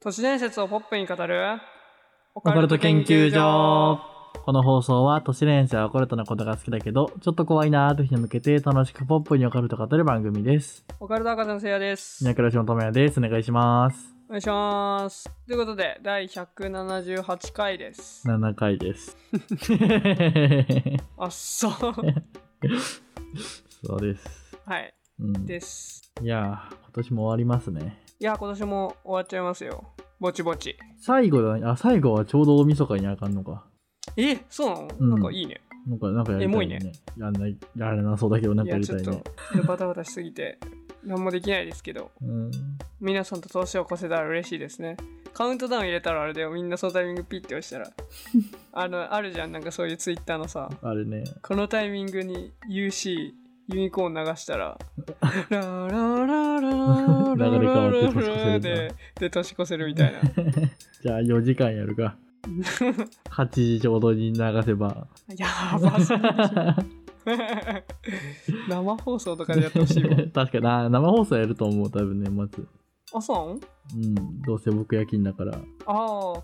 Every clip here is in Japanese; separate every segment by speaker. Speaker 1: 都市伝説をポップに語るオ
Speaker 2: オカルト研究所この放送は都市伝説やオカルトなことが好きだけどちょっと怖いなーという人に向けて楽しくポップにオカルトを語る番組です
Speaker 1: オカルト博士のせいやです
Speaker 2: 宮倉しのともやですお願いします
Speaker 1: お願いしますということで第178回です
Speaker 2: 7回です
Speaker 1: あっそう
Speaker 2: そうです、
Speaker 1: はい
Speaker 2: うん、い
Speaker 1: です
Speaker 2: やー今年も終わりますね
Speaker 1: いや今年も終わっちゃいますよぼちぼち
Speaker 2: 最後だねあ最後はちょうど大晦日にあかんのか
Speaker 1: えそうなの、
Speaker 2: うん
Speaker 1: なんかいいね
Speaker 2: なんかなんかやりたい
Speaker 1: エモい
Speaker 2: ね
Speaker 1: ね
Speaker 2: やんないやらなそうだけどなん
Speaker 1: い
Speaker 2: かや
Speaker 1: や
Speaker 2: り
Speaker 1: ち
Speaker 2: た
Speaker 1: ょっ
Speaker 2: い
Speaker 1: と
Speaker 2: ね
Speaker 1: ちょっとバタバタしすぎて何もできないですけど
Speaker 2: うん
Speaker 1: 皆さんと年を越せたら嬉しいですねカウントダウン入れたらあれだよみんなそのタイミングピッて押した らあのあるじゃんなんかそういうツイッターのさ
Speaker 2: あれね
Speaker 1: このタイミングに UC ユニコーン流したらララララララ
Speaker 2: 流れ変わって年越せる
Speaker 1: ラでで
Speaker 2: な
Speaker 1: 年越せるみたいな
Speaker 2: じゃあ4時間や るか8時ちょうどに流せば
Speaker 1: やばすぎる生放送とかでやってほしいわ
Speaker 2: 確かにな生放送やると思う多分年末
Speaker 1: あそう
Speaker 2: うんどうせ僕夜勤だから、
Speaker 1: ああ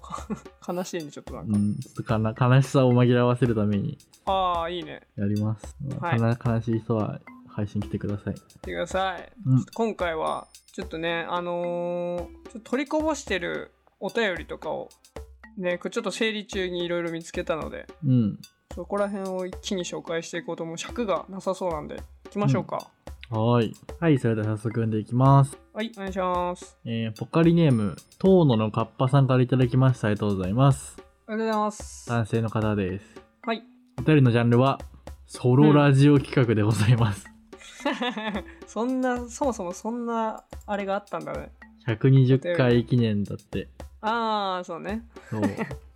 Speaker 1: か悲しいねちょっとなんか
Speaker 2: うん、ちょっとかな悲しさを紛らわせるために
Speaker 1: ああいいね
Speaker 2: やります、まあ
Speaker 1: はい
Speaker 2: かな悲しい人は配信来てください
Speaker 1: ってください、
Speaker 2: うん
Speaker 1: ちょっと今回はちょっとねあのーちょっと取りこぼしてるお便りとかをねこれちょっと整理中にいろいろ見つけたので
Speaker 2: うん
Speaker 1: そこら辺を一気に紹介していこうと思う尺がなさそうなんでいきましょうか、
Speaker 2: はーいはいそれでは早速読んでいきます
Speaker 1: はいお願いします
Speaker 2: えー、ポカリネーム遠野のカッパさんからいただきましたありがとうございます
Speaker 1: ありがとうございますは
Speaker 2: 男性の方です
Speaker 1: い
Speaker 2: お便りのジャンルはソロラジオ企画でございます、
Speaker 1: そんなそもそもそんなあれがあったんだね
Speaker 2: 120回記念だって
Speaker 1: ああそうね
Speaker 2: そう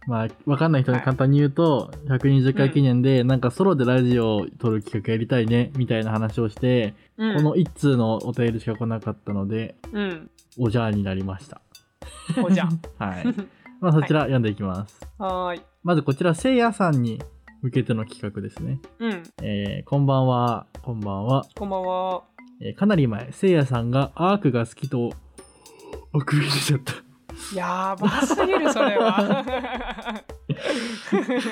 Speaker 2: まあわかんない人に
Speaker 1: はい
Speaker 2: 簡単に言うと、120回記念で、なんかソロでラジオを撮る企画やりたいねみたいな話をして、
Speaker 1: うん
Speaker 2: この1通のお便りしか来なかったので
Speaker 1: うん
Speaker 2: おじゃあになりました
Speaker 1: おじゃ
Speaker 2: はいまあそちら読んでいきます、
Speaker 1: はーい
Speaker 2: まずこちらせいやさんに向けての企画ですね
Speaker 1: うん
Speaker 2: えーこんばんはこんばんは
Speaker 1: こんばんは
Speaker 2: えーかなり前、せいやさんがアークが好きと、あくび出ちゃった。
Speaker 1: やばすぎるそれ は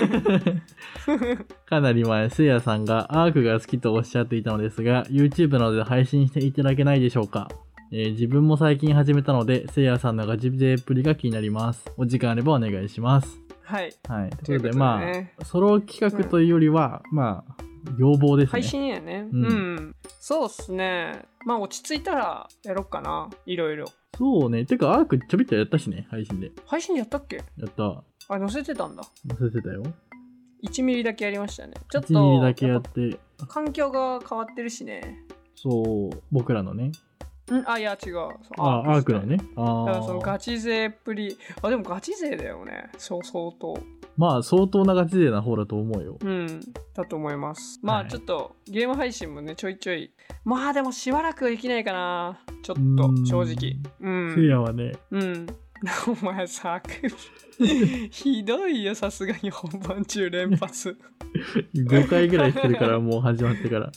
Speaker 2: かなり前、せいやさんがアークが好きとおっしゃっていたのですが、YouTube などで配信していただけないでしょうか。えー自分も最近始めたので、せいやさんのガチ勢っぷりが気になります。お時間あればお願いします。
Speaker 1: はい
Speaker 2: はい。と
Speaker 1: と
Speaker 2: い
Speaker 1: いううこ
Speaker 2: こ
Speaker 1: とと
Speaker 2: で、
Speaker 1: で
Speaker 2: ま
Speaker 1: ね
Speaker 2: あ、ソロ企画というよりは、まあ、要望ですね。
Speaker 1: 配信やね
Speaker 2: う
Speaker 1: うんん、そうっすねまあ落ち着いたらやろっかないろいろ
Speaker 2: そうね。てか、アークちょびっとやったしね、配信で。
Speaker 1: 配信でやったっけ
Speaker 2: やった。
Speaker 1: あ載せてたんだ
Speaker 2: 載せてたよ。
Speaker 1: 1ミリだけやりましたねちょっと
Speaker 2: 1ミリだけや
Speaker 1: や
Speaker 2: っ、
Speaker 1: ってぱ環境が変わってるしね
Speaker 2: そう、僕らのね。
Speaker 1: うんあいや違うそう
Speaker 2: あアークのね。あ
Speaker 1: だからその
Speaker 2: ー
Speaker 1: ガチ勢っぷりあでもガチ勢だよねそう相当
Speaker 2: まあ相当なガチ勢な方だと思うよ。
Speaker 1: うんだと思いますまあ、
Speaker 2: はい
Speaker 1: ちょっとゲーム配信もねちょいちょいまあでもしばらくはできないかなちょっ
Speaker 2: うーん
Speaker 1: と正直うん
Speaker 2: せいやはね、
Speaker 1: うん お前さあく びひどいよさすがに本番中連発
Speaker 2: 5回ぐらいして るから、もう始まってから。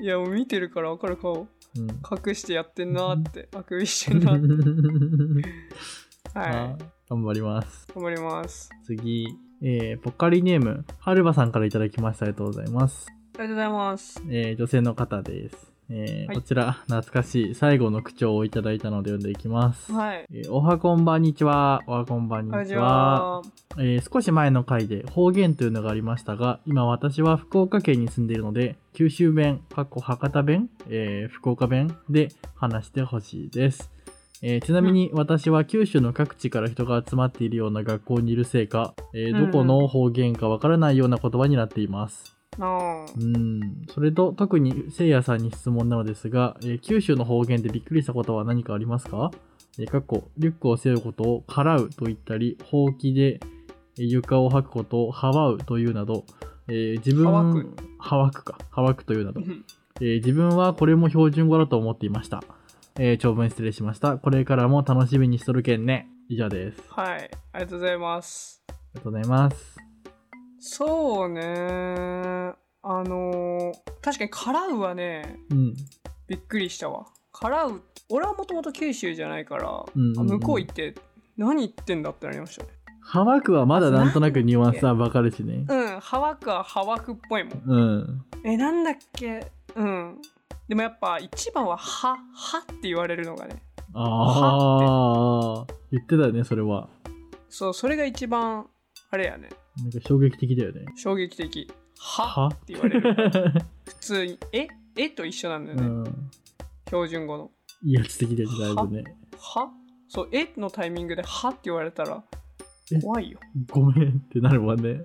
Speaker 1: いやもう見てるから分かる顔
Speaker 2: うん
Speaker 1: 隠してやってんなーってあくびしてんなーって は
Speaker 2: あ頑張ります。
Speaker 1: い頑張ります
Speaker 2: 次、えー、ポカリネーム、はるばさんからいただきました。ありがとうございます。
Speaker 1: ありがとうございます
Speaker 2: えー女性の方です。えー
Speaker 1: はい
Speaker 2: こちら、懐かしい最後の口調をいただいたので読んでいきます。
Speaker 1: はい
Speaker 2: えーおはこんばんにちは。おはこんばん
Speaker 1: こん
Speaker 2: に
Speaker 1: に
Speaker 2: ち
Speaker 1: ち
Speaker 2: は。
Speaker 1: は
Speaker 2: えー少し前の回で方言というのがありましたが今私は福岡県に住んでいるので九州弁かっこ博多弁、えー福岡弁で話してほしいです、えーちなみに私は九州の各地から人が集まっているような学校にいるせいか、えー
Speaker 1: うんうん
Speaker 2: どこの方言かわからないような言葉になっています
Speaker 1: あー
Speaker 2: うんそれと特にせいやさんに質問なのですが、えー九州の方言でびっくりしたことは何かありますか、えー、かっこリュックを背負うことを「からう」と言ったりほうきでえー床を吐くことを「はわう」というなど、えー自分
Speaker 1: はわく
Speaker 2: はわくかはわくというなど、
Speaker 1: うん
Speaker 2: えー自分はこれも標準語だと思っていました、えー長文失礼しましたこれからも楽しみにしとるけんね以上ですあ
Speaker 1: はいありがとうございます
Speaker 2: りがとうございます
Speaker 1: そうねあのー確かに「からう」はね
Speaker 2: うん
Speaker 1: びっくりしたわ「からう」俺はもともと九州じゃないから、
Speaker 2: うんうんうん
Speaker 1: あ向こう行って何言ってんだってなりましたね
Speaker 2: ハワクはまだなんとなくニュアンスはわかるしね。
Speaker 1: うんハワクはハワクっぽいもん
Speaker 2: うん。
Speaker 1: えなんだっけうんでもやっぱ一番は「は」「は」って言われるのがね
Speaker 2: ああ、言ってたよね、それは。
Speaker 1: そうそれが一番あれやね
Speaker 2: なんか衝撃的だよね。
Speaker 1: 衝撃的「は」
Speaker 2: は
Speaker 1: って言われる 普通に「ええと一緒なんだよ
Speaker 2: う
Speaker 1: ね、
Speaker 2: ん。
Speaker 1: 標準語の
Speaker 2: いいやつ的だよね、だいぶね。
Speaker 1: 「は」そう「え」のタイミングで「は」って言われたら
Speaker 2: え
Speaker 1: 怖いよ
Speaker 2: ごめんってなるわね。
Speaker 1: うん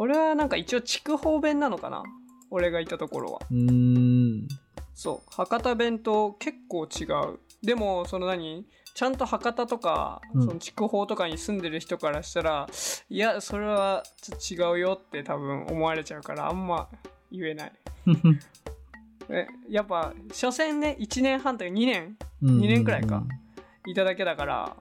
Speaker 1: 俺はなんか一応筑豊弁なのかな俺がいたところは
Speaker 2: うーん。
Speaker 1: そう博多弁と結構違うでもその何ちゃんと博多とか、
Speaker 2: うん
Speaker 1: その筑豊とかに住んでる人からしたらいやそれはちょっと違うよって多分思われちゃうからあんま言えないえやっぱ初戦ね1年半とか2年
Speaker 2: 2
Speaker 1: 二年くらいか。いただけだから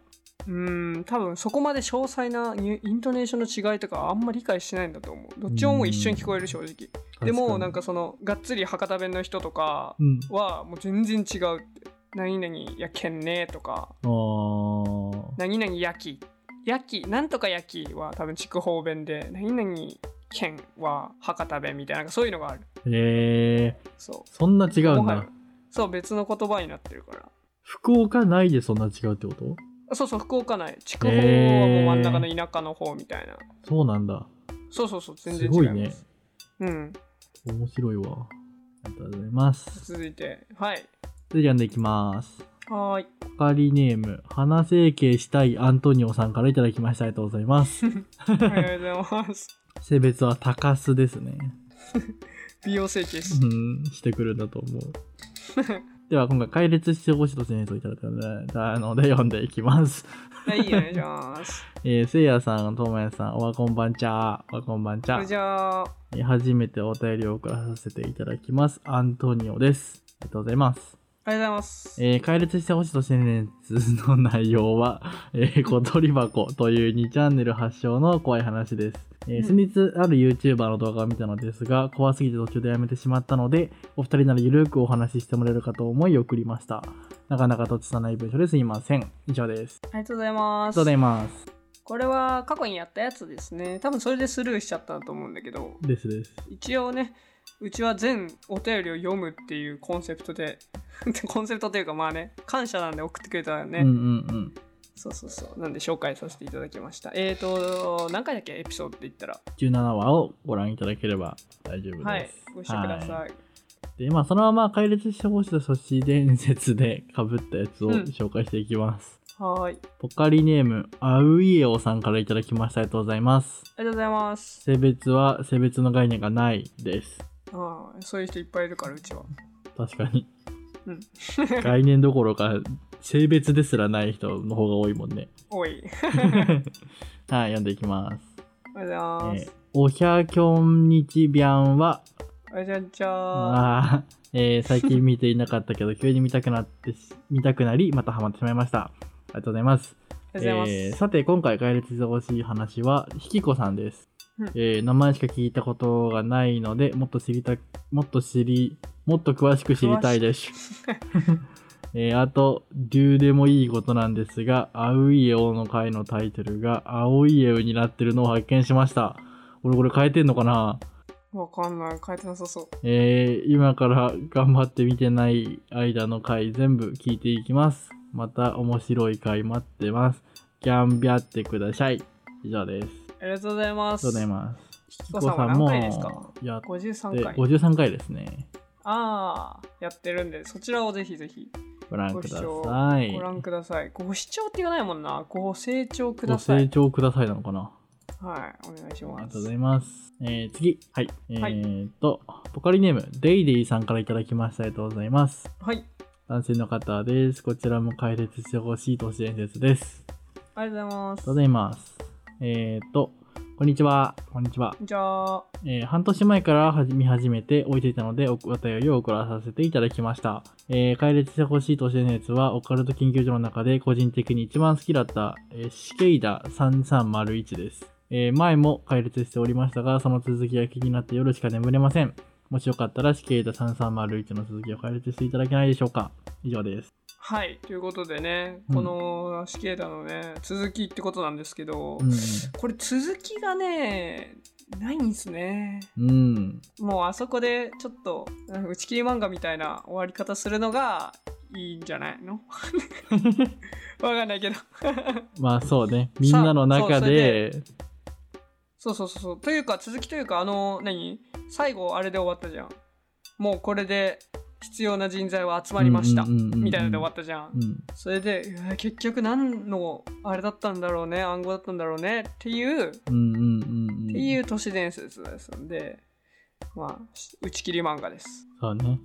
Speaker 1: うーん多分そこまで詳細なニュイントネーションの違いとかあんま理解してないんだと思うどっちももう一緒に聞こえる正直でもなんか、そのがっつり博多弁の人とか
Speaker 2: うん。
Speaker 1: はもう全然違うって何々やけんねとか
Speaker 2: あー
Speaker 1: 何々やきやきなんとかやきは多分筑豊弁で何々県は博多弁みたいななんかそういうのがある
Speaker 2: えー、
Speaker 1: そ
Speaker 2: そんな違
Speaker 1: う
Speaker 2: うん
Speaker 1: もはや
Speaker 2: だ。
Speaker 1: そう別の言葉になってるから
Speaker 2: 福岡内でそんな違うってこと
Speaker 1: あそうそう福岡内筑豊はもう真ん中の田舎の方みたいな、
Speaker 2: そうなんだ。
Speaker 1: そうそうそう全
Speaker 2: す
Speaker 1: 然
Speaker 2: ご
Speaker 1: 違い
Speaker 2: い
Speaker 1: ます
Speaker 2: ね。
Speaker 1: うん
Speaker 2: 面白いわ。ありがとうございます。
Speaker 1: 続いてはい
Speaker 2: それじゃあ読んでいきます。
Speaker 1: はーい
Speaker 2: ポカリネーム、花整形したいアントニオさんからいただきました。ありがとうございます。
Speaker 1: ありがとうございます
Speaker 2: 性別は高須ですね。
Speaker 1: 美容整形師
Speaker 2: うん、してくるんだと 思う。では、今回、解列してほしいと先生といただいたので、読んでいきます。
Speaker 1: はいお願いします
Speaker 2: えー、せいやさん、ともやさん、おはこんばんちゃー。おはこんばんち
Speaker 1: そ
Speaker 2: ゃ
Speaker 1: れ
Speaker 2: ー
Speaker 1: じゃああ
Speaker 2: えー初めてお便りを送らさせていただきます。アントニオです。ありがとうございます。
Speaker 1: りがとうございます
Speaker 2: えー、解列してほしいと戦列の内容は、 えー、小鳥箱という2チャンネル発祥の怖い話です。えー、先日ある YouTuber の動画を見たのですが、怖すぎて途中でやめてしまったので、お二人ならゆるくお話ししてもらえるかと思い送りました。なかなかとつさない文章ですいません。以上です。あ
Speaker 1: ありがとうございま
Speaker 2: りがとう
Speaker 1: す
Speaker 2: ございます。
Speaker 1: これは過去にやったやつですね多分それでスルーしちゃったと思うんだけど
Speaker 2: ですです。
Speaker 1: 一応ねうちは全お便りを読むっていうコンセプトで コンセプトというかまあね感謝なんで送ってくれたらね、
Speaker 2: うんうんうん。
Speaker 1: そうそうそうなんで紹介させていただきましたえーと何回だっけエピソードって言ったら
Speaker 2: 17話をご覧いただければ大丈夫です。
Speaker 1: はいご視聴ください、
Speaker 2: はで、まあ、そのまま解列してほしいと都市伝説で被ったやつを
Speaker 1: うん
Speaker 2: 紹介していきます。
Speaker 1: はーい。
Speaker 2: ポカリネーム、アウイエオさんからいただきました。ありがとうございます。
Speaker 1: ありがとうございます。
Speaker 2: 性別は性別の概念がないです。
Speaker 1: ああ、そういう人いっぱいいるから、うちは。
Speaker 2: 確かに。
Speaker 1: うん
Speaker 2: 概念どころか、性別ですらない人の方が多いも んね。
Speaker 1: おい。あり
Speaker 2: はい、読んでいきます。
Speaker 1: がとうございます。
Speaker 2: えーおひゃきょんにちびゃんは、
Speaker 1: あじゃんちゃー。
Speaker 2: あーえー最近見ていなかったけど、急に見たくなってし、見たくなり、またハマってしまいました。ありがとうございます。
Speaker 1: ありがとうござい
Speaker 2: えー
Speaker 1: ます。
Speaker 2: さて今回解説してほしい話はひきこさんです、
Speaker 1: うん
Speaker 2: えー名前しか聞いたことがないのでもっと知りたもっと知りもっと詳しく知りたいです、 えーあとどうでもいいことなんですが「アウイエオ」の回のタイトルが「アオイエオ」になってるのを発見しました俺これ変えてんのかな
Speaker 1: わかんない。書いてなさそう。
Speaker 2: えー今から頑張って見てない間の回全部聞いていきます。また面白い回待ってます。ギャンビャってください。以上です。
Speaker 1: ありがとうございま
Speaker 2: ありがとうござい
Speaker 1: す。
Speaker 2: ます。
Speaker 1: ひこさんは何回ですか
Speaker 2: いやって
Speaker 1: ?53 回。
Speaker 2: 53回ですね。
Speaker 1: ああ、やってるんで、そちらをぜひぜひ
Speaker 2: ご覧ください
Speaker 1: ご。覧ください。ご視聴って言わないもんな。ご成長くだ
Speaker 2: ご
Speaker 1: さ
Speaker 2: 成
Speaker 1: い。
Speaker 2: 長くださいなのかな
Speaker 1: はい、お願いし
Speaker 2: あ
Speaker 1: ま
Speaker 2: りがとう
Speaker 1: す
Speaker 2: ござ。います。えー、次。はい。え
Speaker 1: はい
Speaker 2: ーっと、ポカリネーム、デイデイさんからいただきました。ありがとうございます。
Speaker 1: はい、
Speaker 2: 男性の方です。こちらも解説してほしい都市伝説です。
Speaker 1: ありがとうございま
Speaker 2: ありが
Speaker 1: す
Speaker 2: とうご。ざいます。えー、っと、こんにちは。こんにちは。
Speaker 1: じゃあ、
Speaker 2: えー半年前から始め始めて置いていたので、おお便りを送らさせていただきました。えー、解説してほしいとしてのやつは、オカルト研究所の中で個人的に一番好きだった、えーシケイダ3301です。えー前も解説しておりましたが、その続きが気になって夜しか眠れません。もしよかったら、シケイダ3301の続きを解説していただけないでしょうか。以上
Speaker 1: あ
Speaker 2: です。
Speaker 1: りがとうはいということでね
Speaker 2: うん
Speaker 1: この死刑だのね続きってことなんですけど、
Speaker 2: うん
Speaker 1: これ続きがねないんですね
Speaker 2: うん
Speaker 1: もうあそこでちょっとうん打ち切り漫画みたいな終わり方するのがいいんじゃない のわかんないけど
Speaker 2: まあそうねみんなの中で
Speaker 1: そうそうそうそうというか続きというかあの何最後あれで終わったじゃんもうこれで必要な人材は集まりましたみ
Speaker 2: み
Speaker 1: たいなので終わったじゃん、
Speaker 2: うん
Speaker 1: それでうわ結局何のあれだったんだろうね暗号だったんだろうねっていう
Speaker 2: うんうんうんうん
Speaker 1: っていう都市伝説ですので、まあ、し打ち切り漫画です。
Speaker 2: そうね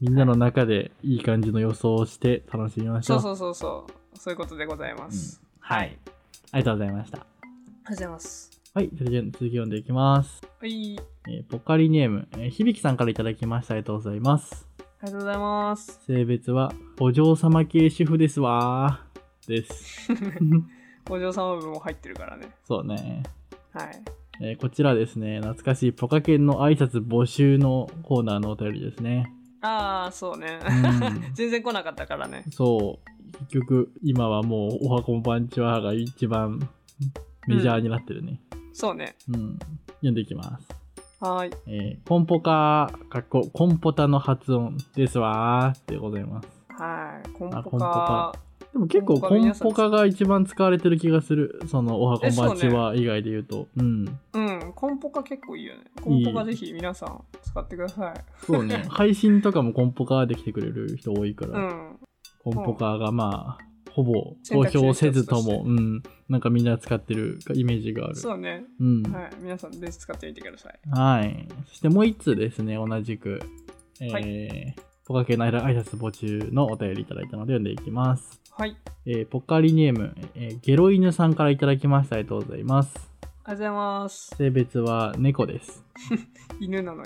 Speaker 2: みんなの中でいい感じの予想をして楽しみましょ
Speaker 1: そううそうそうそう、そういうことでございます。
Speaker 2: うんはいありがとうございました
Speaker 1: ありがとうございます。
Speaker 2: はいそれでは続き読んでいきます
Speaker 1: はい、
Speaker 2: えーポカリネーム、えー響さんからいただきましたありがとうございます
Speaker 1: ありがとうございます。
Speaker 2: 性別はお嬢様系主婦ですわーです
Speaker 1: お嬢様部も入ってるからね。
Speaker 2: そうね、
Speaker 1: はい。
Speaker 2: えーこちらですね懐かしいポカケンの挨拶募集のコーナーのお便りですね
Speaker 1: ああ、そうね。
Speaker 2: う ん
Speaker 1: 全然来なかったからね。
Speaker 2: そう結局今はもうおはこんばんちはが一番メジャーになってるね、
Speaker 1: そうね。
Speaker 2: うん、読んでいきます。
Speaker 1: はーい。
Speaker 2: えーコンポカー、かっこ、コンポタの発音ですわー、でございます。
Speaker 1: はい。コン
Speaker 2: あ
Speaker 1: ポ
Speaker 2: コンポ
Speaker 1: カ
Speaker 2: カでも結構
Speaker 1: コンポカ
Speaker 2: コ
Speaker 1: 皆
Speaker 2: ン
Speaker 1: さん
Speaker 2: ポカが一番使われてる気がする。その、おはこんばんちは以外で言うと。うん。
Speaker 1: うん、コンポカ結構いいよね。コンポカぜひ皆さん使ってください。
Speaker 2: そうね。 配信とかもコンポカで来てくれる人多いか
Speaker 1: う
Speaker 2: ら、
Speaker 1: ん。
Speaker 2: コンポカがまあ、ほぼ
Speaker 1: 選
Speaker 2: 公
Speaker 1: 択肢の
Speaker 2: 表
Speaker 1: 一つと
Speaker 2: せ
Speaker 1: して
Speaker 2: ずとも、うん。なんかみんな使ってるイメージがある。
Speaker 1: そうね。
Speaker 2: うん。
Speaker 1: はい。皆さんぜひ使ってみてください。
Speaker 2: はい。そしてもう一通ですね、同じく。えー
Speaker 1: は
Speaker 2: ポカ系の挨拶募集のお便りいただいたので読んでいきます。
Speaker 1: はい。
Speaker 2: えーポカリネーム、えーゲロ犬さんからいただきました。ありがとうございます。
Speaker 1: ありがとうございます。
Speaker 2: 性別は 猫です。
Speaker 1: 犬なの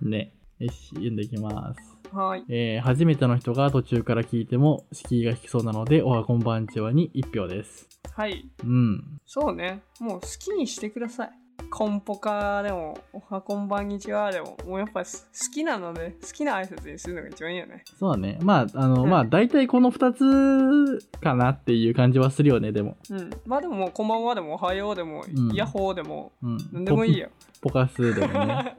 Speaker 1: に。
Speaker 2: ね。よし、読んでいきます。
Speaker 1: はーい。
Speaker 2: えー初めての人が途中から聞いても敷居が低そうなので、おはこんばんちはに1票です。
Speaker 1: はい。
Speaker 2: うん。
Speaker 1: そうね。もう好きにしてください。コンポカでも、おはこんばんにちはでも、もうやっぱ好きなので、好きな挨拶にするのが一番いいよね。
Speaker 2: そうだね。まあ、あの、
Speaker 1: うん
Speaker 2: まあ、大体この2つかなっていう感じはするよね、でも。
Speaker 1: うん。まあでももう、こんばんはでも、おはようでも、
Speaker 2: ん
Speaker 1: イヤホーでも、
Speaker 2: うん。
Speaker 1: なんでもいいよ。
Speaker 2: ポカス でもね。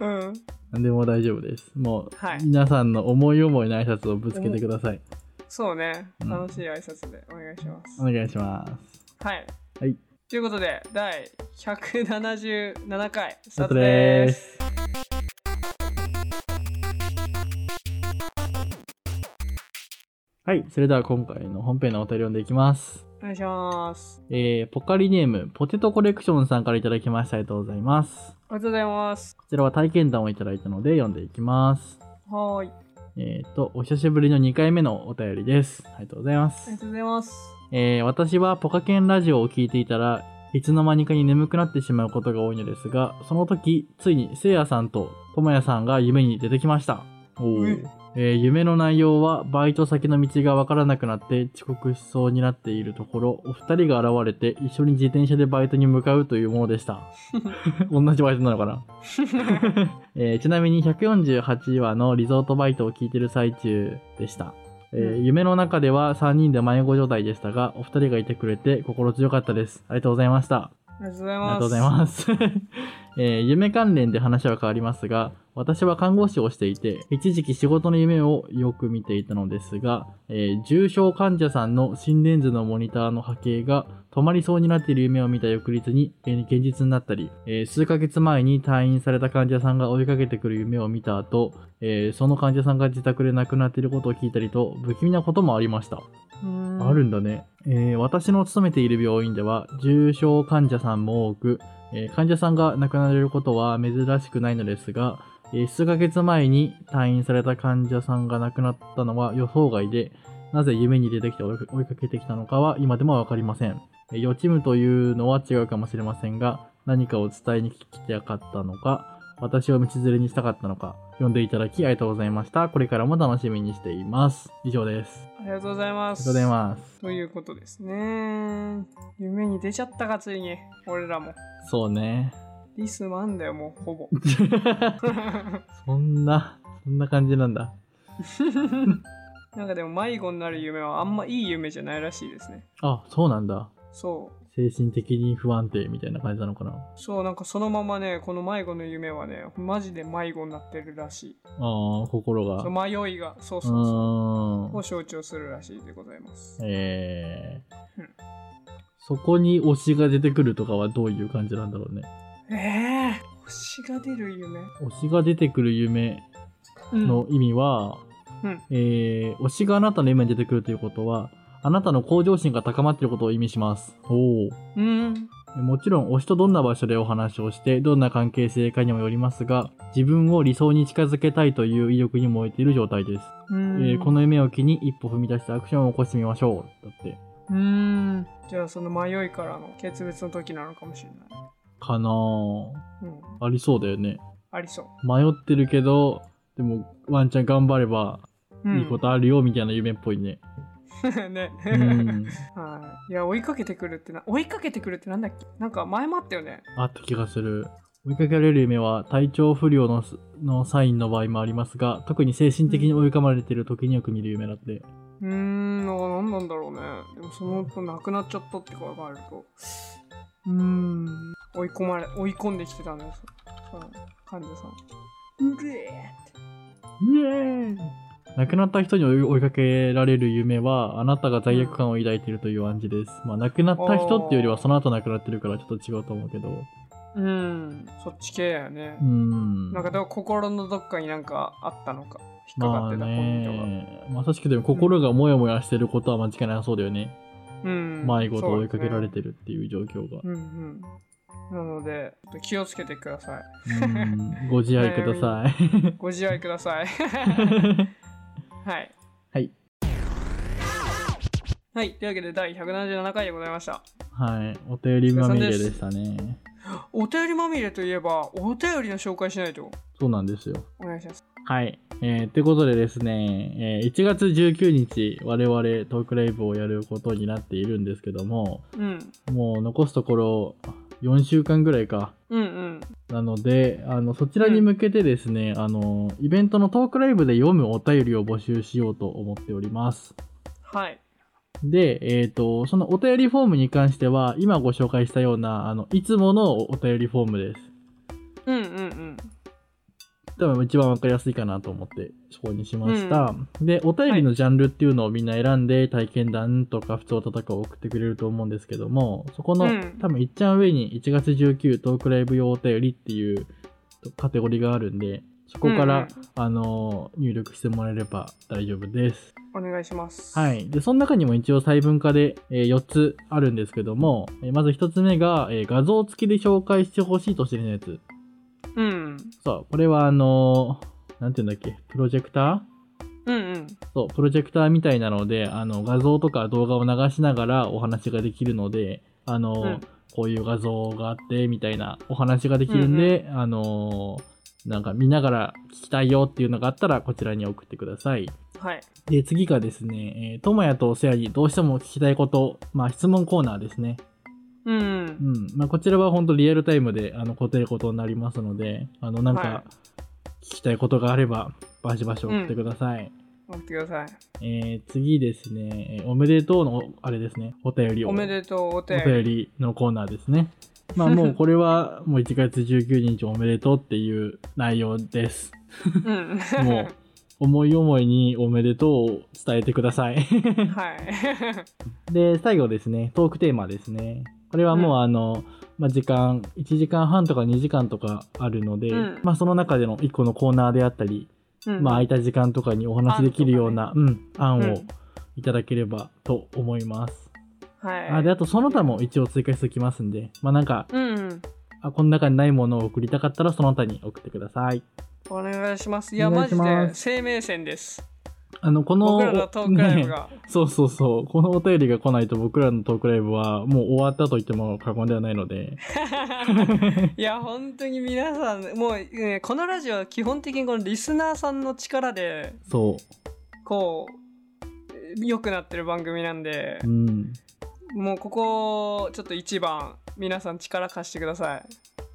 Speaker 1: うん。
Speaker 2: 何でも大丈夫です。もう、
Speaker 1: はい
Speaker 2: 皆さんの思い思いの挨拶をぶつけてください。
Speaker 1: そうね。
Speaker 2: うん
Speaker 1: 楽しい挨拶でお願いします。
Speaker 2: お願いします。
Speaker 1: はい。
Speaker 2: はい。
Speaker 1: ということで、第177回、ス
Speaker 2: ス
Speaker 1: タート
Speaker 2: タート
Speaker 1: で。
Speaker 2: ですす。はい、それでは今回の本編のお便りを読んでいきます。
Speaker 1: お願いします。
Speaker 2: えー、ポカリネーム、ポテトコレクションさんからいただきました。ありがとうございます。
Speaker 1: ありがとうございます。
Speaker 2: こちらは体験談をいただいたので読んでいきます。
Speaker 1: はーい。
Speaker 2: えっ、と、お久しぶりの2回目のお便りです。ありがとうございます
Speaker 1: あり。がとうございます。
Speaker 2: えー私はポカケンラジオを聞いていたらいつの間にかに眠くなってしまうことが多いのですがその時ついにせいやさんとともやさんが夢に出てきましたお
Speaker 1: う
Speaker 2: ー
Speaker 1: ん
Speaker 2: えー夢の内容はバイト先の道がわからなくなって遅刻しそうになっているところお二人が現れて一緒に自転車でバイトに向かうというものでした 同じバイトなのかなえーちなみに148話のリゾートバイトを聞いてる最中でした、えー
Speaker 1: うん
Speaker 2: 夢の中では3人で迷子状態でしたがお二人がいてくれて心強かったですありがとうございました
Speaker 1: ありがとうござい
Speaker 2: あり
Speaker 1: ます。
Speaker 2: がとうございます、 えー夢関連で話は変わりますが私は看護師をしていて一時期仕事の夢をよく見ていたのですが、えー重症患者さんの心電図のモニターの波形が止まりそうになっている夢を見た翌日に、えー現実になったり、えー数ヶ月前に退院された患者さんが追いかけてくる夢を見た後、えーその患者さんが自宅で亡くなっていることを聞いたりと不気味なこともありました
Speaker 1: うーん
Speaker 2: あるんだね、えー私の勤めている病院では重症患者さんも多く、えー患者さんが亡くなられることは珍しくないのですが、えー数ヶ月前に退院された患者さんが亡くなったのは予想外でなぜ夢に出てきて追い追いかけてきたのかは今でも分かりません、えー予知夢というのは違うかもしれませんが何かを伝えに来てよかったのか私を道連れにしたかったのか読んでいただきありがとうございましたこれからも楽しみにしています以上です
Speaker 1: ありがとうございま
Speaker 2: あり
Speaker 1: す。
Speaker 2: がとうございます
Speaker 1: ということですね。夢に出ちゃったか、ついに。俺らも。
Speaker 2: そうね。
Speaker 1: リスマンだよ、もう、ほ ぼ。
Speaker 2: そんな、そんな感じなんだ。
Speaker 1: なんかでも迷子になる夢はあんまいい夢じゃないらしいですね
Speaker 2: あ、そうなんだ。
Speaker 1: そう
Speaker 2: 精神的に不安定みたいな感じなのかな。
Speaker 1: そうなんかそのままねこの迷子の夢はねマジで迷子になってるらしい
Speaker 2: ああ、心が。
Speaker 1: そう
Speaker 2: う
Speaker 1: 迷いがそうそうそ
Speaker 2: ー
Speaker 1: うんを。象徴するらしいでございます
Speaker 2: えー
Speaker 1: うん
Speaker 2: そこに推しが出てくるとかはどういう感じなんだろうね。
Speaker 1: ええ星が出る夢
Speaker 2: 推しが出てくる夢
Speaker 1: うん
Speaker 2: の意味は、
Speaker 1: うん
Speaker 2: えー推しがあなたの夢に出てくるということは、あなたの向上心が高まっていることを意味します。おお。
Speaker 1: うん
Speaker 2: もちろん推しとどんな場所でお話をしてどんな関係性かにもよりますが自分を理想に近づけたいという意欲に燃えている状態です、
Speaker 1: うん
Speaker 2: えーこの夢を機に一歩踏み出してアクションを起こしてみましょうだって
Speaker 1: うんじゃあその迷いからの決別の時なのかもしれない
Speaker 2: かなぁ
Speaker 1: うん
Speaker 2: ありそうだよね
Speaker 1: ありそう
Speaker 2: 迷ってるけどでもワンちゃん頑張れば
Speaker 1: うん
Speaker 2: いいことあるよみたいな夢っぽ いね
Speaker 1: ね、
Speaker 2: うん、
Speaker 1: はい、いや追いかけてくるってな追いかけてくるってなんだっけなんか前もあったよね
Speaker 2: あった気がする追いかけられる夢は体調不良のすのサインの場合もありますが特に精神的に追い込まれている時によく見る夢だって
Speaker 1: うーんなんか何なんだろうねでもその子なくなっちゃったって考えるとうーん追い込まれ追い込んできてたんですその患者さんうれ
Speaker 2: 亡くなった人に追い追いかけられる夢はあなたが罪悪感を抱いているという暗示です、まあ亡くなった人っていうよりはその後亡くなってるからちょっと違うと思うけど
Speaker 1: ーうんそっち系やね
Speaker 2: う、ん
Speaker 1: なんかでも心のどっかになんかあったのか引っか
Speaker 2: ま
Speaker 1: かっ
Speaker 2: あ
Speaker 1: てたポイントが、
Speaker 2: ねまさしくでも心がモヤモヤしてることは間違いなさそうだよね、
Speaker 1: うん
Speaker 2: 迷子と追いかけられ
Speaker 1: る
Speaker 2: てるっていう状況が、
Speaker 1: う,、うんうんなのでちょっと気をつけてくだ さい
Speaker 2: うんご自愛く ださい
Speaker 1: ご自愛くだ さいはい
Speaker 2: はい
Speaker 1: はい、というわけで第177回でございました。
Speaker 2: はいお便りまみれでしたね
Speaker 1: お便りまみれといえば、お便りの紹介しないと。
Speaker 2: そうなんですよ
Speaker 1: お願いします。
Speaker 2: はい。えー、ということでですね、えー1月19日、我々トークライブをやることになっているんですけども、
Speaker 1: うん。
Speaker 2: もう残すところ4週間ぐらいか。
Speaker 1: うんうん。
Speaker 2: なので、あの、そちらに向けてですね、あの、イベントのトークライブで読むお便りを募集しようと思っております。
Speaker 1: はい。
Speaker 2: で、えっ、と、そのお便りフォームに関しては、今ご紹介したような、あの、いつものお便りフォームです。
Speaker 1: うんうんうん。
Speaker 2: 多分一番わかりやすいかなと思ってそこにしました、でお便りのジャンルっていうのをみんな選んで体験談とか普通叩かを送ってくれると思うんですけどもそこの、
Speaker 1: うん
Speaker 2: 多分いっちゃん上に1月19トークライブ用お便りっていうカテゴリーがあるんでそこから、
Speaker 1: うんうん
Speaker 2: あのー入力してもらえれば大丈夫です
Speaker 1: お願いします。
Speaker 2: は。い。で、その中にも一応細分化で、え4つあるんですけども、えーまず1つ目が、えー画像付きで紹介してほしいとしてるやつ。
Speaker 1: うん。
Speaker 2: そう、これはあのーなんて言うんだっけ、プロジェクタ
Speaker 1: うんうん。
Speaker 2: ーそう、プロジェクターみたいなので、あの、画像とか動画を流しながらお話ができるので、あのー
Speaker 1: うん
Speaker 2: こういう画像があって、みたいなお話ができるんで、あのーなんか見ながら聞きたいよっていうのがあったら、こちらに送ってください。
Speaker 1: はい。
Speaker 2: で、次がですね、えー、ともやとせやにどうしても聞きたいこと、まあ質問コーナーですね。
Speaker 1: うんう。
Speaker 2: うんん。まあこちらは本当リアルタイムで、あの、答えることになりますので、あの、なん
Speaker 1: は
Speaker 2: か、聞きたいことがあれば、バシバシ送ってください。
Speaker 1: 待ってください。
Speaker 2: えー、次ですね、えーおめでとうの、あれですね、お便りを。
Speaker 1: おめでとう、お
Speaker 2: お
Speaker 1: 便り。
Speaker 2: 便りのコーナーですね。まあも うこれは、もう1月19日おめでとうっていう内容です。
Speaker 1: うん。
Speaker 2: も う、思い思いにおめでとうを伝えてください。
Speaker 1: はい。
Speaker 2: で、最後ですね、トークテーマですね。これはもう、あの、まあ、時間、1時間半とか2時間とかあるので、
Speaker 1: うん
Speaker 2: まあ、その中での1個のコーナーであったり、
Speaker 1: うん
Speaker 2: まあ、空いた時間とかにお話しできるような、うん、案をいただければと思います。
Speaker 1: はい。
Speaker 2: あで、あと、その他も一応追加しておきますんで、まあ、なんか、
Speaker 1: うんうん。
Speaker 2: あこの中にないものを送りたかったら、その他に送ってください。
Speaker 1: お願いします。いや、
Speaker 2: お願
Speaker 1: マ
Speaker 2: いし
Speaker 1: ジ
Speaker 2: ます
Speaker 1: で生命線です。
Speaker 2: あの、この、
Speaker 1: 僕らのトークライブ
Speaker 2: ね
Speaker 1: が。
Speaker 2: そうそうそう、このお便りが来ないと僕らのトークライブはもう終わったと言っても過言ではないので、
Speaker 1: いや本当に皆さんもう、ね、このラジオは基本的にこのリスナーさんの力で
Speaker 2: そう。
Speaker 1: こう良くなってる番組なんで
Speaker 2: うん。
Speaker 1: もうここちょっと一番皆さん力貸してください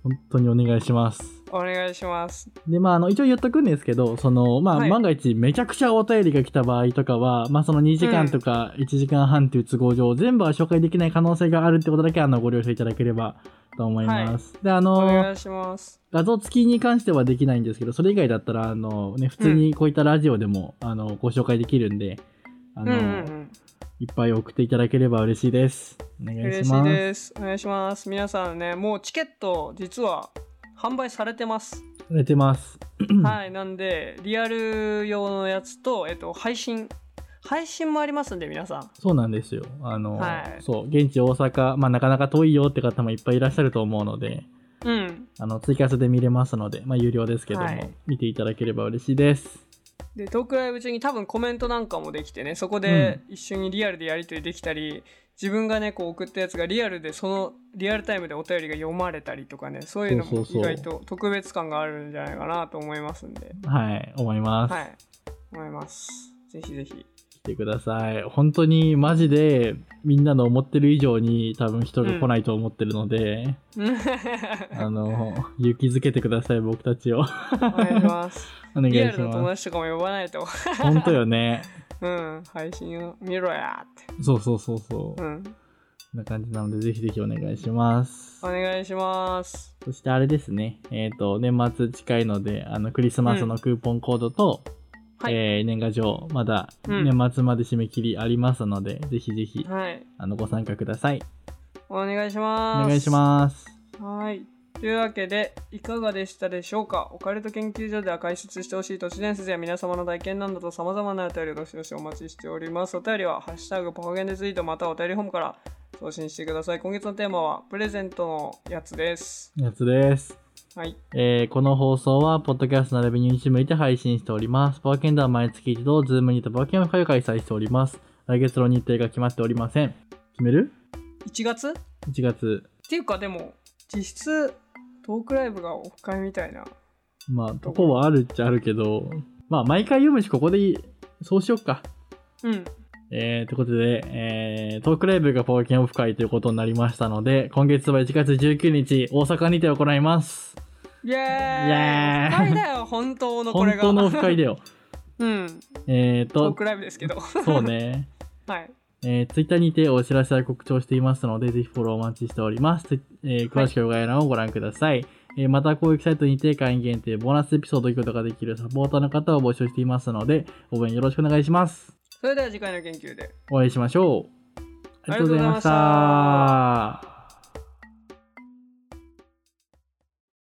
Speaker 2: 本本当にお願いします。
Speaker 1: お願いします。
Speaker 2: で、まあ、あの、一応言っとくんですけど、その、まあ、
Speaker 1: はい
Speaker 2: 万が一めちゃくちゃお便りが来た場合とかは、まあ、その2時間とか1時間半という都合上、全部は紹介できない可能性があるってことだけ、あの、ご了承いただければと思います。で、あ
Speaker 1: お
Speaker 2: の、
Speaker 1: 願いします。
Speaker 2: 画像付きに関してはできないんですけど、それ以外だったら、あの、ね、普通にこういったラジオでも、あの、ご紹介できるんで、あ
Speaker 1: うんう
Speaker 2: の、
Speaker 1: んうん。
Speaker 2: いっぱい送っていただければ嬉しいです。お願い
Speaker 1: 嬉
Speaker 2: し
Speaker 1: しい
Speaker 2: ます。
Speaker 1: です。お願いします。皆さんね、もうチケット、実は販売されてます。
Speaker 2: 売れてます。
Speaker 1: はい、なんで、リアル用のやつと、えっと、配信。配信もありますんで、皆さん。
Speaker 2: そうなんですよ。あの、
Speaker 1: はい
Speaker 2: そう、現地大阪、まあなかなか遠いよって方もいっぱいいらっしゃると思うので、
Speaker 1: うん。
Speaker 2: あの、追加スで見れますので、まあ有料ですけども、
Speaker 1: はい
Speaker 2: 見ていただければ嬉しいです。
Speaker 1: で、トークライブ中に多分コメントなんかもできてね、そこで一緒にリアルでやり取りできたり、自分がね、こう送ったやつがリアルで、そのリアルタイムでお便りが読まれたりとかね、そういうの
Speaker 2: そ
Speaker 1: も
Speaker 2: うそ
Speaker 1: 意
Speaker 2: うそう
Speaker 1: 外と特別感があるんじゃないかなと思いますんで、
Speaker 2: はい、思います。
Speaker 1: はい、思います。ぜひぜ ひ。
Speaker 2: 来てください。本当にマジで、みんなの思ってる以上に多分人が来ないと思ってるので、あの、勇気づけてください、僕た ちを。
Speaker 1: お願いします。
Speaker 2: お願い
Speaker 1: リア
Speaker 2: し
Speaker 1: ルの友
Speaker 2: ま
Speaker 1: 達とかも呼ばないと。
Speaker 2: す。本当よね。
Speaker 1: うん、配信を見ろやーっ
Speaker 2: そうそうそうそう。
Speaker 1: て。うん、
Speaker 2: こんな感じなので、ぜひぜひお願いしま す
Speaker 1: お。願いします。
Speaker 2: そしてあれですね、えっ、と、年末近いので、あの、クリスマスのクーポンコードと、
Speaker 1: はい
Speaker 2: えー年賀状、まだ
Speaker 1: うん
Speaker 2: 年末まで締め切りありますので、ぜひぜひ、
Speaker 1: はい、
Speaker 2: あの、ご参加ください。
Speaker 1: お願いし
Speaker 2: お
Speaker 1: ます。
Speaker 2: 願いします。
Speaker 1: はい。というわけで、いかがでしたでしょうかオカルト研究所では解説してほしい都市伝説や皆様の体験などと様々なお便りをどしどしお待ちしております。お便りは、ハッシュタグパフゲンでツイートまたはお便りホームから送信してください。今月のテーマは、プレゼントのやつです。
Speaker 2: やつです。
Speaker 1: はい。
Speaker 2: えーこの放送は、ポッドキャストのレビューに向いて配信しております。パワーケンダーは毎月一度、ズームにてパワーケン会を開催しております。来月の日程が決まっておりません。決める
Speaker 1: 1月っ
Speaker 2: ?1 月。
Speaker 1: ていうか、でも、実質、トークライブがオフ会みたいな。
Speaker 2: まあ、とこはあるっちゃあるけど、まあ、毎回読むし、ここでいいそうしよっか。
Speaker 1: うん。
Speaker 2: えー、ということで、えー、トークライブがパワーケンオフ会ということになりましたので、今月は1月19日、大阪にて行います。
Speaker 1: イエーイ
Speaker 2: イエーイ
Speaker 1: オフ会だよ、本当のこれ
Speaker 2: 本
Speaker 1: が。
Speaker 2: 当のオフ会だよ。
Speaker 1: うん。
Speaker 2: えー
Speaker 1: ト
Speaker 2: と
Speaker 1: ーク、ライブですけど。
Speaker 2: そうね。
Speaker 1: はい。
Speaker 2: えー、ツイッターにてお知らせや告知をしていますので、ぜひフォローお待ちしております。ツイえー詳しくは概要欄をご覧ください。えーまた、公益サイトにて会員限定、ボーナスエピソードを聞くことができるサポーターの方を募集していますので、応援よろしくお願いします。
Speaker 1: それでは次回の研究で。
Speaker 2: お会いしましょう。ありがとうございました。